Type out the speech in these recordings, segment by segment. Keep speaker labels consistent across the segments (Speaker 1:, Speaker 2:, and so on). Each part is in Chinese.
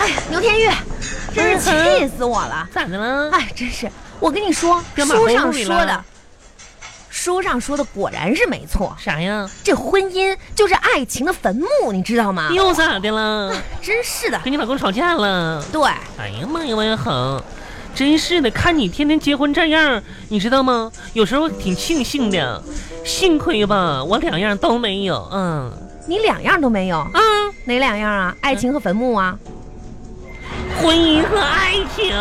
Speaker 1: 哎刘天玉，真是
Speaker 2: 嗯
Speaker 1: 气死我了！
Speaker 2: 咋 的了？
Speaker 1: 哎，真是，我跟你说，
Speaker 2: 别马
Speaker 1: 书
Speaker 2: 虎
Speaker 1: 上
Speaker 2: 你
Speaker 1: 说的
Speaker 2: 了，
Speaker 1: 书上说的果然是没错，
Speaker 2: 啥呀？
Speaker 1: 这婚姻就是爱情的坟墓，你知道吗？
Speaker 2: 又咋 的了？
Speaker 1: 真是的，
Speaker 2: 跟你老公吵架了？
Speaker 1: 对，
Speaker 2: 哎呀妈呀，王小恒，真是的，看你天天结婚这样，你知道吗？有时候挺庆幸的，幸亏吧，我两样都没有。嗯
Speaker 1: 你两样都没有，
Speaker 2: 啊，
Speaker 1: 哪两样啊？爱情和坟墓啊？
Speaker 2: 婚姻和爱情，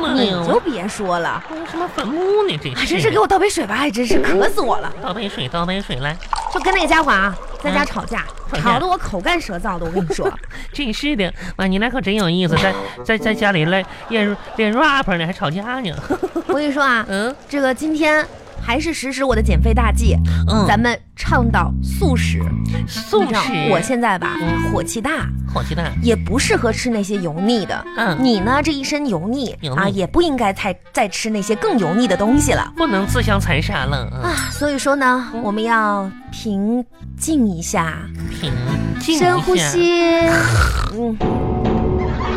Speaker 2: 妈
Speaker 1: 你
Speaker 2: 呀，
Speaker 1: 就别说了，
Speaker 2: 还有什么坟墓呢？这
Speaker 1: 哎真是给我倒杯水吧，哎，真是渴死我了。
Speaker 2: 倒杯水，倒杯水来。
Speaker 1: 就跟那个家伙啊，在家
Speaker 2: 嗯
Speaker 1: 吵架，
Speaker 2: 吵架
Speaker 1: 吵得我口干舌燥的。我跟你说，
Speaker 2: 真是的，妈，你俩可真有意思，在在在家里来练练 rap 呢，还吵架呢。
Speaker 1: 我跟你说啊，
Speaker 2: 嗯
Speaker 1: 这个今天还是实施我的减肥大计，
Speaker 2: 嗯，
Speaker 1: 咱们倡导素食。
Speaker 2: 素
Speaker 1: 你知道
Speaker 2: 食，嗯
Speaker 1: 我现在吧，火气大，
Speaker 2: 火鸡蛋，
Speaker 1: 也不适合吃那些油腻的。
Speaker 2: 嗯
Speaker 1: 你呢，这一身油腻
Speaker 2: 油腻
Speaker 1: 啊，也不应该再再吃那些更油腻的东西了。
Speaker 2: 不能自相残杀了。嗯
Speaker 1: 啊，所以说呢，我们要平静一下，
Speaker 2: 嗯平静一下
Speaker 1: 深呼， 吸。嗯，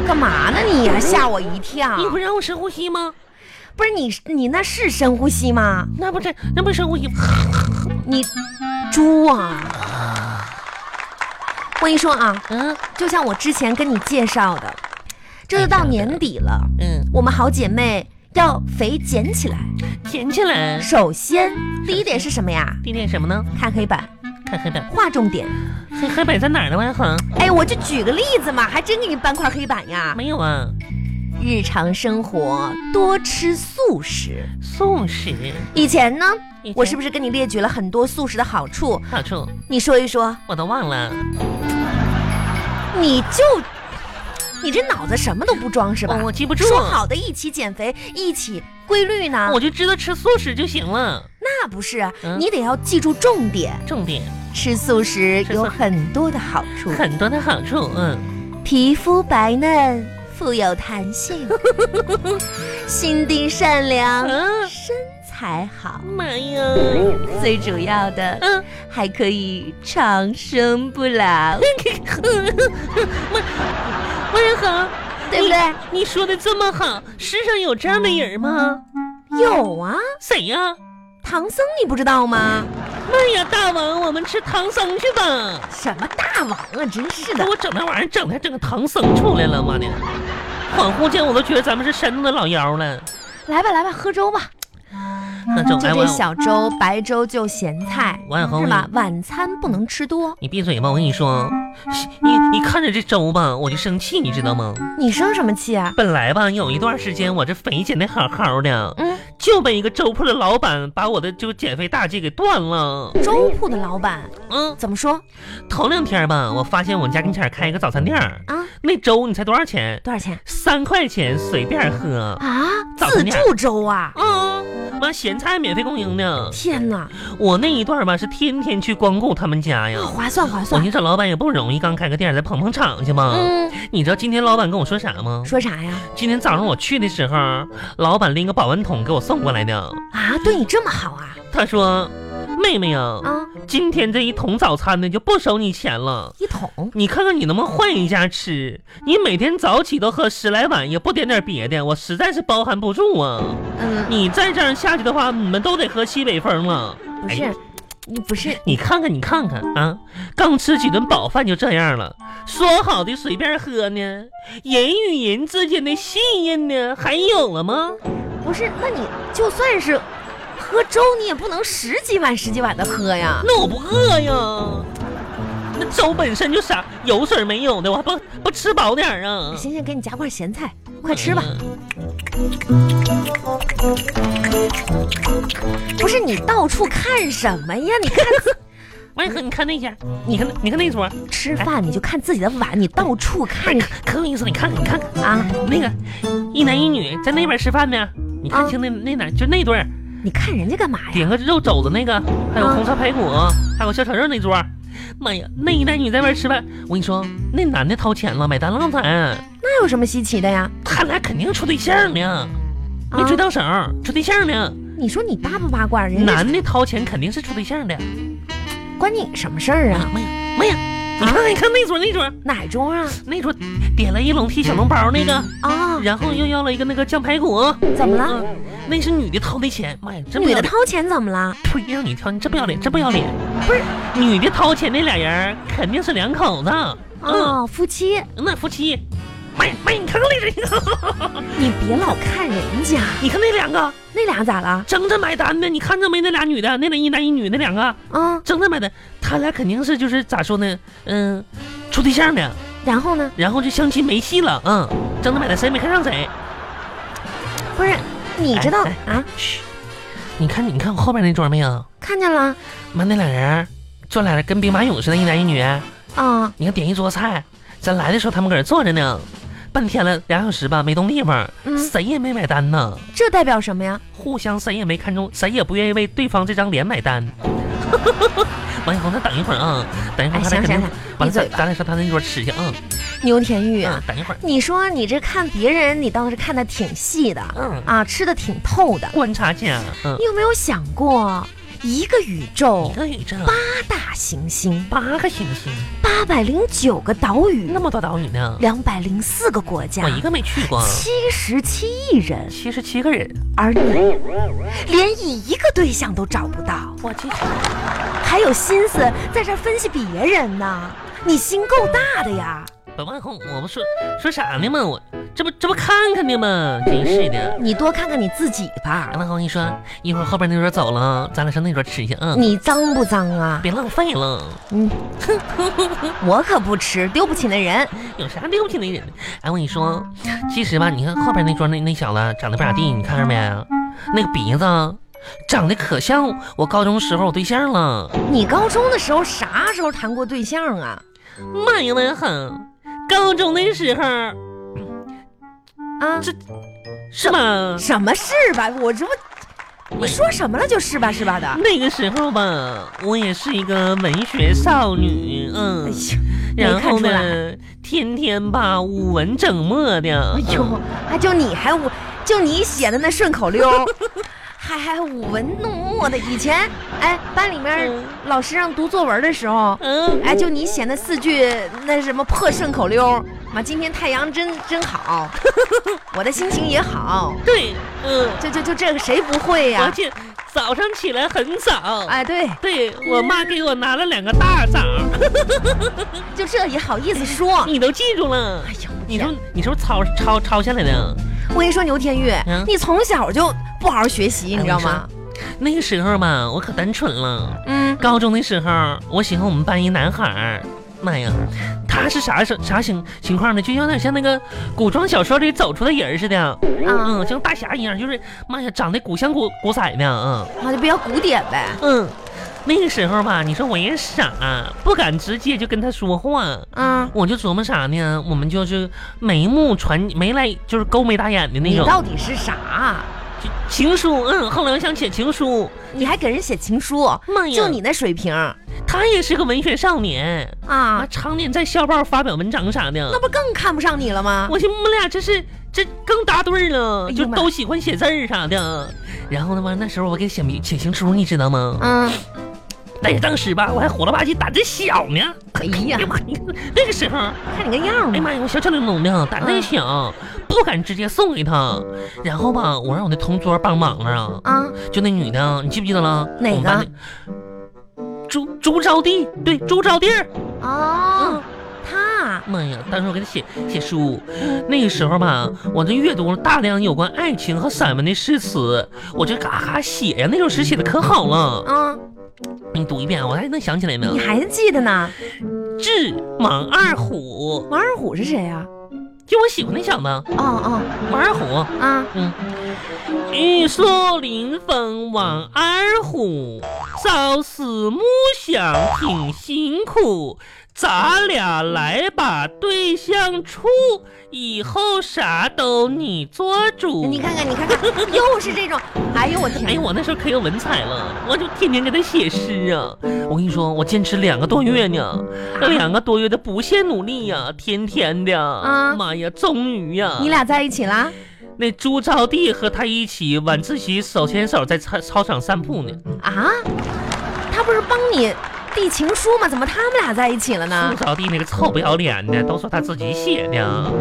Speaker 1: 干嘛呢你？还吓我一跳！
Speaker 2: 你不让我深呼吸吗？
Speaker 1: 不是你，你那是深呼吸吗？
Speaker 2: 那不是，那不是深呼吸。
Speaker 1: 你猪啊！ 我跟你说啊，
Speaker 2: 嗯
Speaker 1: 就像我之前跟你介绍的，这就到年底了，
Speaker 2: 嗯，
Speaker 1: 我们好姐妹要肥减起来。
Speaker 2: 捡起来。
Speaker 1: 首先，第一点是什么呀？
Speaker 2: 地点什么呢？
Speaker 1: 看黑板，
Speaker 2: 看黑板，
Speaker 1: 划重点。
Speaker 2: 黑黑板在哪儿呢？王恒
Speaker 1: 哎，我就举个例子嘛，还真给你搬块黑板呀。
Speaker 2: 没有啊，
Speaker 1: 日常生活多吃素食。
Speaker 2: 素食。
Speaker 1: 以前呢，
Speaker 2: 以前
Speaker 1: 我是不是跟你列举了很多素食的好处？
Speaker 2: 好处
Speaker 1: 你说一说，
Speaker 2: 我都忘了，
Speaker 1: 你就你这脑子什么都不装是吧？
Speaker 2: 哦我我记不住。
Speaker 1: 说好的一起减肥、一起规律呢？
Speaker 2: 我就知道吃素食就行了。
Speaker 1: 那不是啊，
Speaker 2: 嗯
Speaker 1: 你得要记住重点。
Speaker 2: 重点
Speaker 1: 吃素食
Speaker 2: 吃素
Speaker 1: 有很多的好处，
Speaker 2: 很多的好处，嗯。
Speaker 1: 皮肤白嫩，富有弹性， 心地善良，
Speaker 2: 啊，
Speaker 1: 身材好，
Speaker 2: 妈呀！
Speaker 1: 最主要的
Speaker 2: 嗯，
Speaker 1: 还可以长生不老，
Speaker 2: 王仁恒，
Speaker 1: 对不对？
Speaker 2: 你说的这么好，世上有这样的人吗？
Speaker 1: 有啊，
Speaker 2: 谁呀、
Speaker 1: 唐僧你不知道吗？
Speaker 2: 妈哎呀，大王，我们吃唐僧去吧！
Speaker 1: 什么大王啊，真是
Speaker 2: 给
Speaker 1: 的！
Speaker 2: 我整那玩意儿，整的还整个唐僧出来了，妈的！恍惚间，我都觉得咱们是山东的老妖了。
Speaker 1: 来吧来吧，喝粥吧。
Speaker 2: 那整
Speaker 1: 就
Speaker 2: 哎
Speaker 1: 这
Speaker 2: 我
Speaker 1: 小粥，白粥就咸菜，
Speaker 2: 王小红
Speaker 1: 是吧？晚餐不能吃多。
Speaker 2: 你闭嘴吧！我跟你说，你你看着这粥吧，我就生气，你知道吗？
Speaker 1: 你生什么气啊？
Speaker 2: 本来吧，有一段时间我这肥减的好好的，
Speaker 1: 嗯，
Speaker 2: 就被一个粥铺的老板把我的就减肥大计给断了。
Speaker 1: 粥铺的老板
Speaker 2: 嗯，
Speaker 1: 怎么说
Speaker 2: 头两天吧，我发现我们家跟前儿开一个早餐店儿，
Speaker 1: 啊？
Speaker 2: 那粥你猜多少钱？
Speaker 1: 多少钱
Speaker 2: 三块钱随便喝。
Speaker 1: 啊？
Speaker 2: 早
Speaker 1: 自
Speaker 2: 餐店
Speaker 1: 助粥啊！
Speaker 2: 嗯，完咸菜免费供应呢。
Speaker 1: 天哪，
Speaker 2: 我那一段吧是天天去光顾他们家呀。
Speaker 1: 划算划
Speaker 2: 我
Speaker 1: 算。
Speaker 2: 寻思老板也不容易，刚开个店儿，咱捧捧场去嘛。
Speaker 1: 嗯，
Speaker 2: 你知道今天老板跟我说啥吗？
Speaker 1: 说啥呀？
Speaker 2: 今天早上我去的时候，老板拎个保温桶给我送过来的。
Speaker 1: 啊，对你这么好啊？
Speaker 2: 他说：“妹妹呀，
Speaker 1: 啊，
Speaker 2: 今天这一桶早餐呢就不收你钱了。”
Speaker 1: 一桶
Speaker 2: 你看看你能不能换一家吃？你每天早起都喝十来碗，也不点点别的，我实在是包含不住啊！
Speaker 1: 嗯，
Speaker 2: 你再这样下去的话，你们都得喝西北风了。
Speaker 1: 不
Speaker 2: 哎
Speaker 1: 是，你不是
Speaker 2: 你看看，你看看啊，刚吃几顿饱饭就这样了，说好的随便喝呢？人与人之间的信任呢，还有了吗？
Speaker 1: 不是，那你就算是喝粥，你也不能十几碗十几碗的喝呀。
Speaker 2: 那我不饿呀。那粥本身就啥有水没有的，我还不不吃饱点儿啊？嗯
Speaker 1: 行行，给你夹块咸菜，快吃吧。不是你到处看什么呀？你看
Speaker 2: 王一恒，你看那家，你看那你看那桌，
Speaker 1: 吃饭你就看自己的碗，你到处
Speaker 2: 不
Speaker 1: 看
Speaker 2: 是可可有意思了，你看看，你看看
Speaker 1: 啊！
Speaker 2: 那个一男一女在那边吃饭呢，你看
Speaker 1: 啊
Speaker 2: 清那那哪就那对儿，
Speaker 1: 你看人家干嘛呀？
Speaker 2: 点个肉肘子那个，还有
Speaker 1: 啊
Speaker 2: 红烧排骨，还有小炒肉那桌。妈呀，那一男一女在外吃饭，我跟你说，那男的掏钱了，买单了咱，
Speaker 1: 那有什么稀奇的呀？
Speaker 2: 他俩肯定处对象呢，没
Speaker 1: 啊
Speaker 2: 追到手，处对象呢。
Speaker 1: 你说你八不八卦？
Speaker 2: 嗯
Speaker 1: 人家
Speaker 2: 男的掏钱肯定是处对象的。
Speaker 1: 关你什么事儿啊？
Speaker 2: 妈呀，妈呀，你看，你看那桌那桌
Speaker 1: 哪桌啊？
Speaker 2: 那桌点了一笼屉小笼包那个，
Speaker 1: 啊，
Speaker 2: 然后又要了一个那个酱排骨，
Speaker 1: 怎么了？
Speaker 2: 嗯那是女的掏的钱，妈呀，真不
Speaker 1: 女的
Speaker 2: 要脸！
Speaker 1: 掏钱怎么了？
Speaker 2: 呸，让你挑，你真不要脸，真不要脸！不是，女的掏钱那俩人肯定是两口子，嗯，
Speaker 1: 哦，夫妻，
Speaker 2: 那夫妻。妈呀妈呀，你看看那人，
Speaker 1: 你别老看人家，
Speaker 2: 你看那两个
Speaker 1: 那俩咋了？
Speaker 2: 争着买单呢，你看着没？那俩女的，那俩一男一女，那两个
Speaker 1: 啊，
Speaker 2: 争着买单，他俩肯定是就是咋说呢？嗯，处对象的，
Speaker 1: 然后呢？
Speaker 2: 然后就相亲没戏了，嗯，争着买单，谁也没看上谁。
Speaker 1: 不是，你知道
Speaker 2: 哎
Speaker 1: 啊？
Speaker 2: 嘘，你看，你看我后边那桌没有？
Speaker 1: 看见了
Speaker 2: 妈，那俩人坐俩人跟兵马俑似的，一男一女。
Speaker 1: 啊？
Speaker 2: 你看点一桌菜，咱来的时候他们搁这坐着呢，半天了，俩小时吧，没动地方，
Speaker 1: 嗯
Speaker 2: 谁也没买单呢，
Speaker 1: 这代表什么呀？
Speaker 2: 互相谁也没看中，谁也不愿意为对方这张脸买单。 王小红，咱等一会儿啊，等一会儿
Speaker 1: 哎，
Speaker 2: 他
Speaker 1: 行
Speaker 2: 俩肯
Speaker 1: 行
Speaker 2: 定
Speaker 1: 行，，闭
Speaker 2: 完了咱
Speaker 1: 嘴吧，
Speaker 2: 咱俩上他那桌吃去啊，
Speaker 1: 牛田玉啊
Speaker 2: 嗯，！等一会儿，
Speaker 1: 你说你这看别人，你倒是看的挺细的
Speaker 2: 嗯，
Speaker 1: 啊，吃的挺透的。
Speaker 2: 观察家，嗯哎
Speaker 1: 你，有没有想过，一个宇
Speaker 2: 一
Speaker 1: 宙
Speaker 2: 个宇宙，
Speaker 1: 八大行星，
Speaker 2: 八个行星，
Speaker 1: 八百零九个岛屿
Speaker 2: 那，么多岛屿呢，
Speaker 1: 两百零四个国家
Speaker 2: 我，一个没去过，
Speaker 1: 七十七亿人，
Speaker 2: 七十七个人，
Speaker 1: 而你连一个对象都找不到，
Speaker 2: 我这
Speaker 1: 还有心思在这儿分析别人呢？你心够大的呀！
Speaker 2: 本万红，我不说说啥呢嘛，我这不这不看看呢嘛，真是的。
Speaker 1: 你多看看你自己吧
Speaker 2: 杨，大红，你说一会儿后边那桌走了啊，咱俩上那桌吃去啊，
Speaker 1: 你脏不脏啊？
Speaker 2: 别浪费了，
Speaker 1: 嗯，我可不吃，丢不起那人。
Speaker 2: 有啥对不起那人的？哎，我跟你说，其实吧，你看后边那桌那那小子长得不咋地，你看着没？那个鼻子长得可像我高中时候我对象了，
Speaker 1: 你高中的时候啥时候谈过对象啊？
Speaker 2: 妈呀的很！高中那时候
Speaker 1: 啊，
Speaker 2: 这是吧？
Speaker 1: 什么是吧？我这不，你说什么了？就是吧，是吧的。哎
Speaker 2: 那个时候吧，我也是一个文学少女，
Speaker 1: 哎
Speaker 2: 嗯，
Speaker 1: 呀，没
Speaker 2: 然
Speaker 1: 看
Speaker 2: 后
Speaker 1: 出来。
Speaker 2: 呢，天天吧舞文整墨的，
Speaker 1: 哎呦，还就你还我，就你写的那顺口溜儿，还还舞文弄墨的。以前哎，班里面
Speaker 2: 嗯
Speaker 1: 老师让读作文的时候，
Speaker 2: 嗯，
Speaker 1: 哎，就你写那四句那什么破顺口溜儿，妈，今天太阳真真好，我的心情也好。
Speaker 2: 对，嗯。
Speaker 1: 就就就这个谁不会呀、
Speaker 2: 而且早上起来很早，
Speaker 1: 哎，对，
Speaker 2: 对我妈给我拿了两个大枣，
Speaker 1: 就这也好意思说。
Speaker 2: 你都记住了
Speaker 1: 哎。呦，
Speaker 2: 嗯你说你是不是抄抄抄下来的？
Speaker 1: 我跟你说，牛天玉，
Speaker 2: 嗯
Speaker 1: 你从小就不好好学习，
Speaker 2: 哎
Speaker 1: 你知道吗？
Speaker 2: 那个时候吧，我可单纯了。
Speaker 1: 嗯，
Speaker 2: 高中的时候，我喜欢我们班一男孩儿，妈呀，他是啥啥啥情情况呢？就有点像那个古装小说里走出的人儿似的，
Speaker 1: 啊，
Speaker 2: 嗯，像大侠一样，就是妈呀，长得古香古古色的，嗯。
Speaker 1: 那啊就比较古典呗。
Speaker 2: 嗯，那个时候吧，你说我也傻、不敢直接就跟他说话。
Speaker 1: 嗯，
Speaker 2: 我就琢磨啥呢？我们就是眉目传眉来，就是勾眉搭眼的那
Speaker 1: 你
Speaker 2: 种
Speaker 1: 到底是啥？
Speaker 2: 就情书。嗯，后来我想写情书，
Speaker 1: 你还给人写情书？
Speaker 2: 哎妈呀，
Speaker 1: 就你那水平
Speaker 2: 他也是个文学少年啊，
Speaker 1: 啊，
Speaker 2: 常年在校报发表文章啥的
Speaker 1: 那。不更看不上你了吗？
Speaker 2: 我寻思我们俩这是这更搭对儿了，
Speaker 1: 哎呦
Speaker 2: 就
Speaker 1: 妈
Speaker 2: 都喜欢写字儿啥的。然后呢嘛，那时候我给写明写情书，你知道吗？
Speaker 1: 嗯，
Speaker 2: 但是当时吧，我还火了吧唧，胆子小呢。
Speaker 1: 哎呀
Speaker 2: 哎呀，妈，你看那个时候。
Speaker 1: 看你个样
Speaker 2: 哎
Speaker 1: 儿
Speaker 2: 呀
Speaker 1: 嘛。
Speaker 2: 妈呀，我小小玲珑的，胆子也
Speaker 1: 嗯
Speaker 2: 小，不敢直接送给他。然后吧，我让我那同桌帮忙了啊，
Speaker 1: 啊，
Speaker 2: 就那女的，你记不记得了？
Speaker 1: 哪个
Speaker 2: 我们班那？朱朱招娣，对，朱招娣儿。
Speaker 1: 哦，他，
Speaker 2: 妈呀，当时我给他写写书，那个时候吧，我就阅读了大量有关爱情和散文的诗词，我就嘎嘎写呀，那首诗写的可好了。
Speaker 1: 嗯，
Speaker 2: 你读一遍，我还能想起来没有
Speaker 1: 你？还记得呢？
Speaker 2: 智莽二虎，
Speaker 1: 王二虎是谁呀？
Speaker 2: 就我喜欢那小子，
Speaker 1: 哦
Speaker 2: 莽二虎。
Speaker 1: 哦啊，
Speaker 2: 嗯，玉树临风王二虎，朝思暮想挺辛苦。咱俩来把对象处，以后啥都你做主。
Speaker 1: 哎你看，看，你看 看，又是这种，哎呦我
Speaker 2: 哎
Speaker 1: 天
Speaker 2: 呦，，我那时候可有文采了，我就天天给他写诗啊。我跟你说，我坚持两个多月呢，两个多月的不懈努力呀、天天的，
Speaker 1: 啊
Speaker 2: 妈呀，终于呀、
Speaker 1: 你俩在一起啦？
Speaker 2: 那朱招娣和他一起晚自习手牵手在操操场散步呢。
Speaker 1: 啊，他不是帮你递情书嘛，怎么他们俩在一起了呢
Speaker 2: 苏？招娣那个臭不要脸的，都说他自己写的。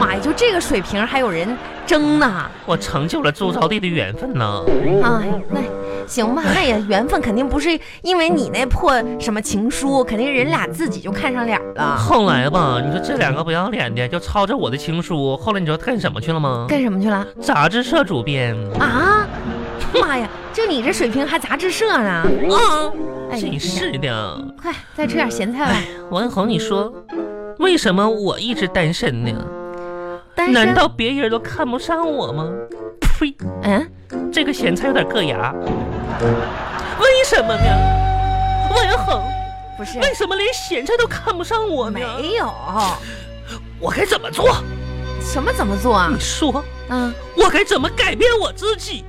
Speaker 1: 妈呀，就这个水平还有人争呢？
Speaker 2: 我成就了朱招娣的缘分呢。
Speaker 1: 哎，那行
Speaker 2: 哎
Speaker 1: 吧，那也缘分肯定不是因为你那破什么情书，肯定人俩自己就看上脸了。
Speaker 2: 后来吧，你说这两个不要脸的就抄着我的情书，后来你知道干什么去了吗？
Speaker 1: 干什么去了？
Speaker 2: 杂志社主编。
Speaker 1: 啊！妈呀，就你这水平还杂志社呢？
Speaker 2: 啊，
Speaker 1: 哎呀
Speaker 2: 真是的。
Speaker 1: 快再吃点咸菜吧。
Speaker 2: 王红，你说为什么我一直单身呢？
Speaker 1: 单
Speaker 2: 哎难
Speaker 1: 身？
Speaker 2: 道别人都看不上我吗？呸！
Speaker 1: 嗯，
Speaker 2: 这个咸菜有点硌牙。为什么呢？王红，
Speaker 1: 不是，
Speaker 2: 为什么连咸菜都看不上我呢？
Speaker 1: 没有
Speaker 2: 我该怎么做？
Speaker 1: 什么怎么做啊
Speaker 2: 你？说，
Speaker 1: 嗯
Speaker 2: 我该怎么改变我自己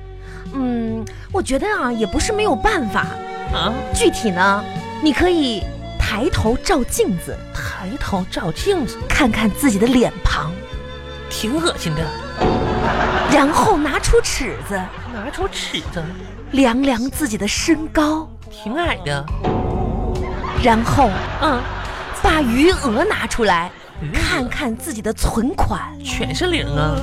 Speaker 1: 嗯，我觉得啊也不是没有办法。
Speaker 2: 啊？
Speaker 1: 具体呢，你可以抬头照镜子，
Speaker 2: 抬头照镜子，
Speaker 1: 看看自己的脸庞，
Speaker 2: 挺恶心的。
Speaker 1: 然后拿出尺子
Speaker 2: 拿出尺子，
Speaker 1: 量量自己的身高，
Speaker 2: 挺矮的。
Speaker 1: 然后
Speaker 2: 嗯，
Speaker 1: 把余额拿出来，
Speaker 2: 嗯
Speaker 1: 看看自己的存款。
Speaker 2: 全是零啊。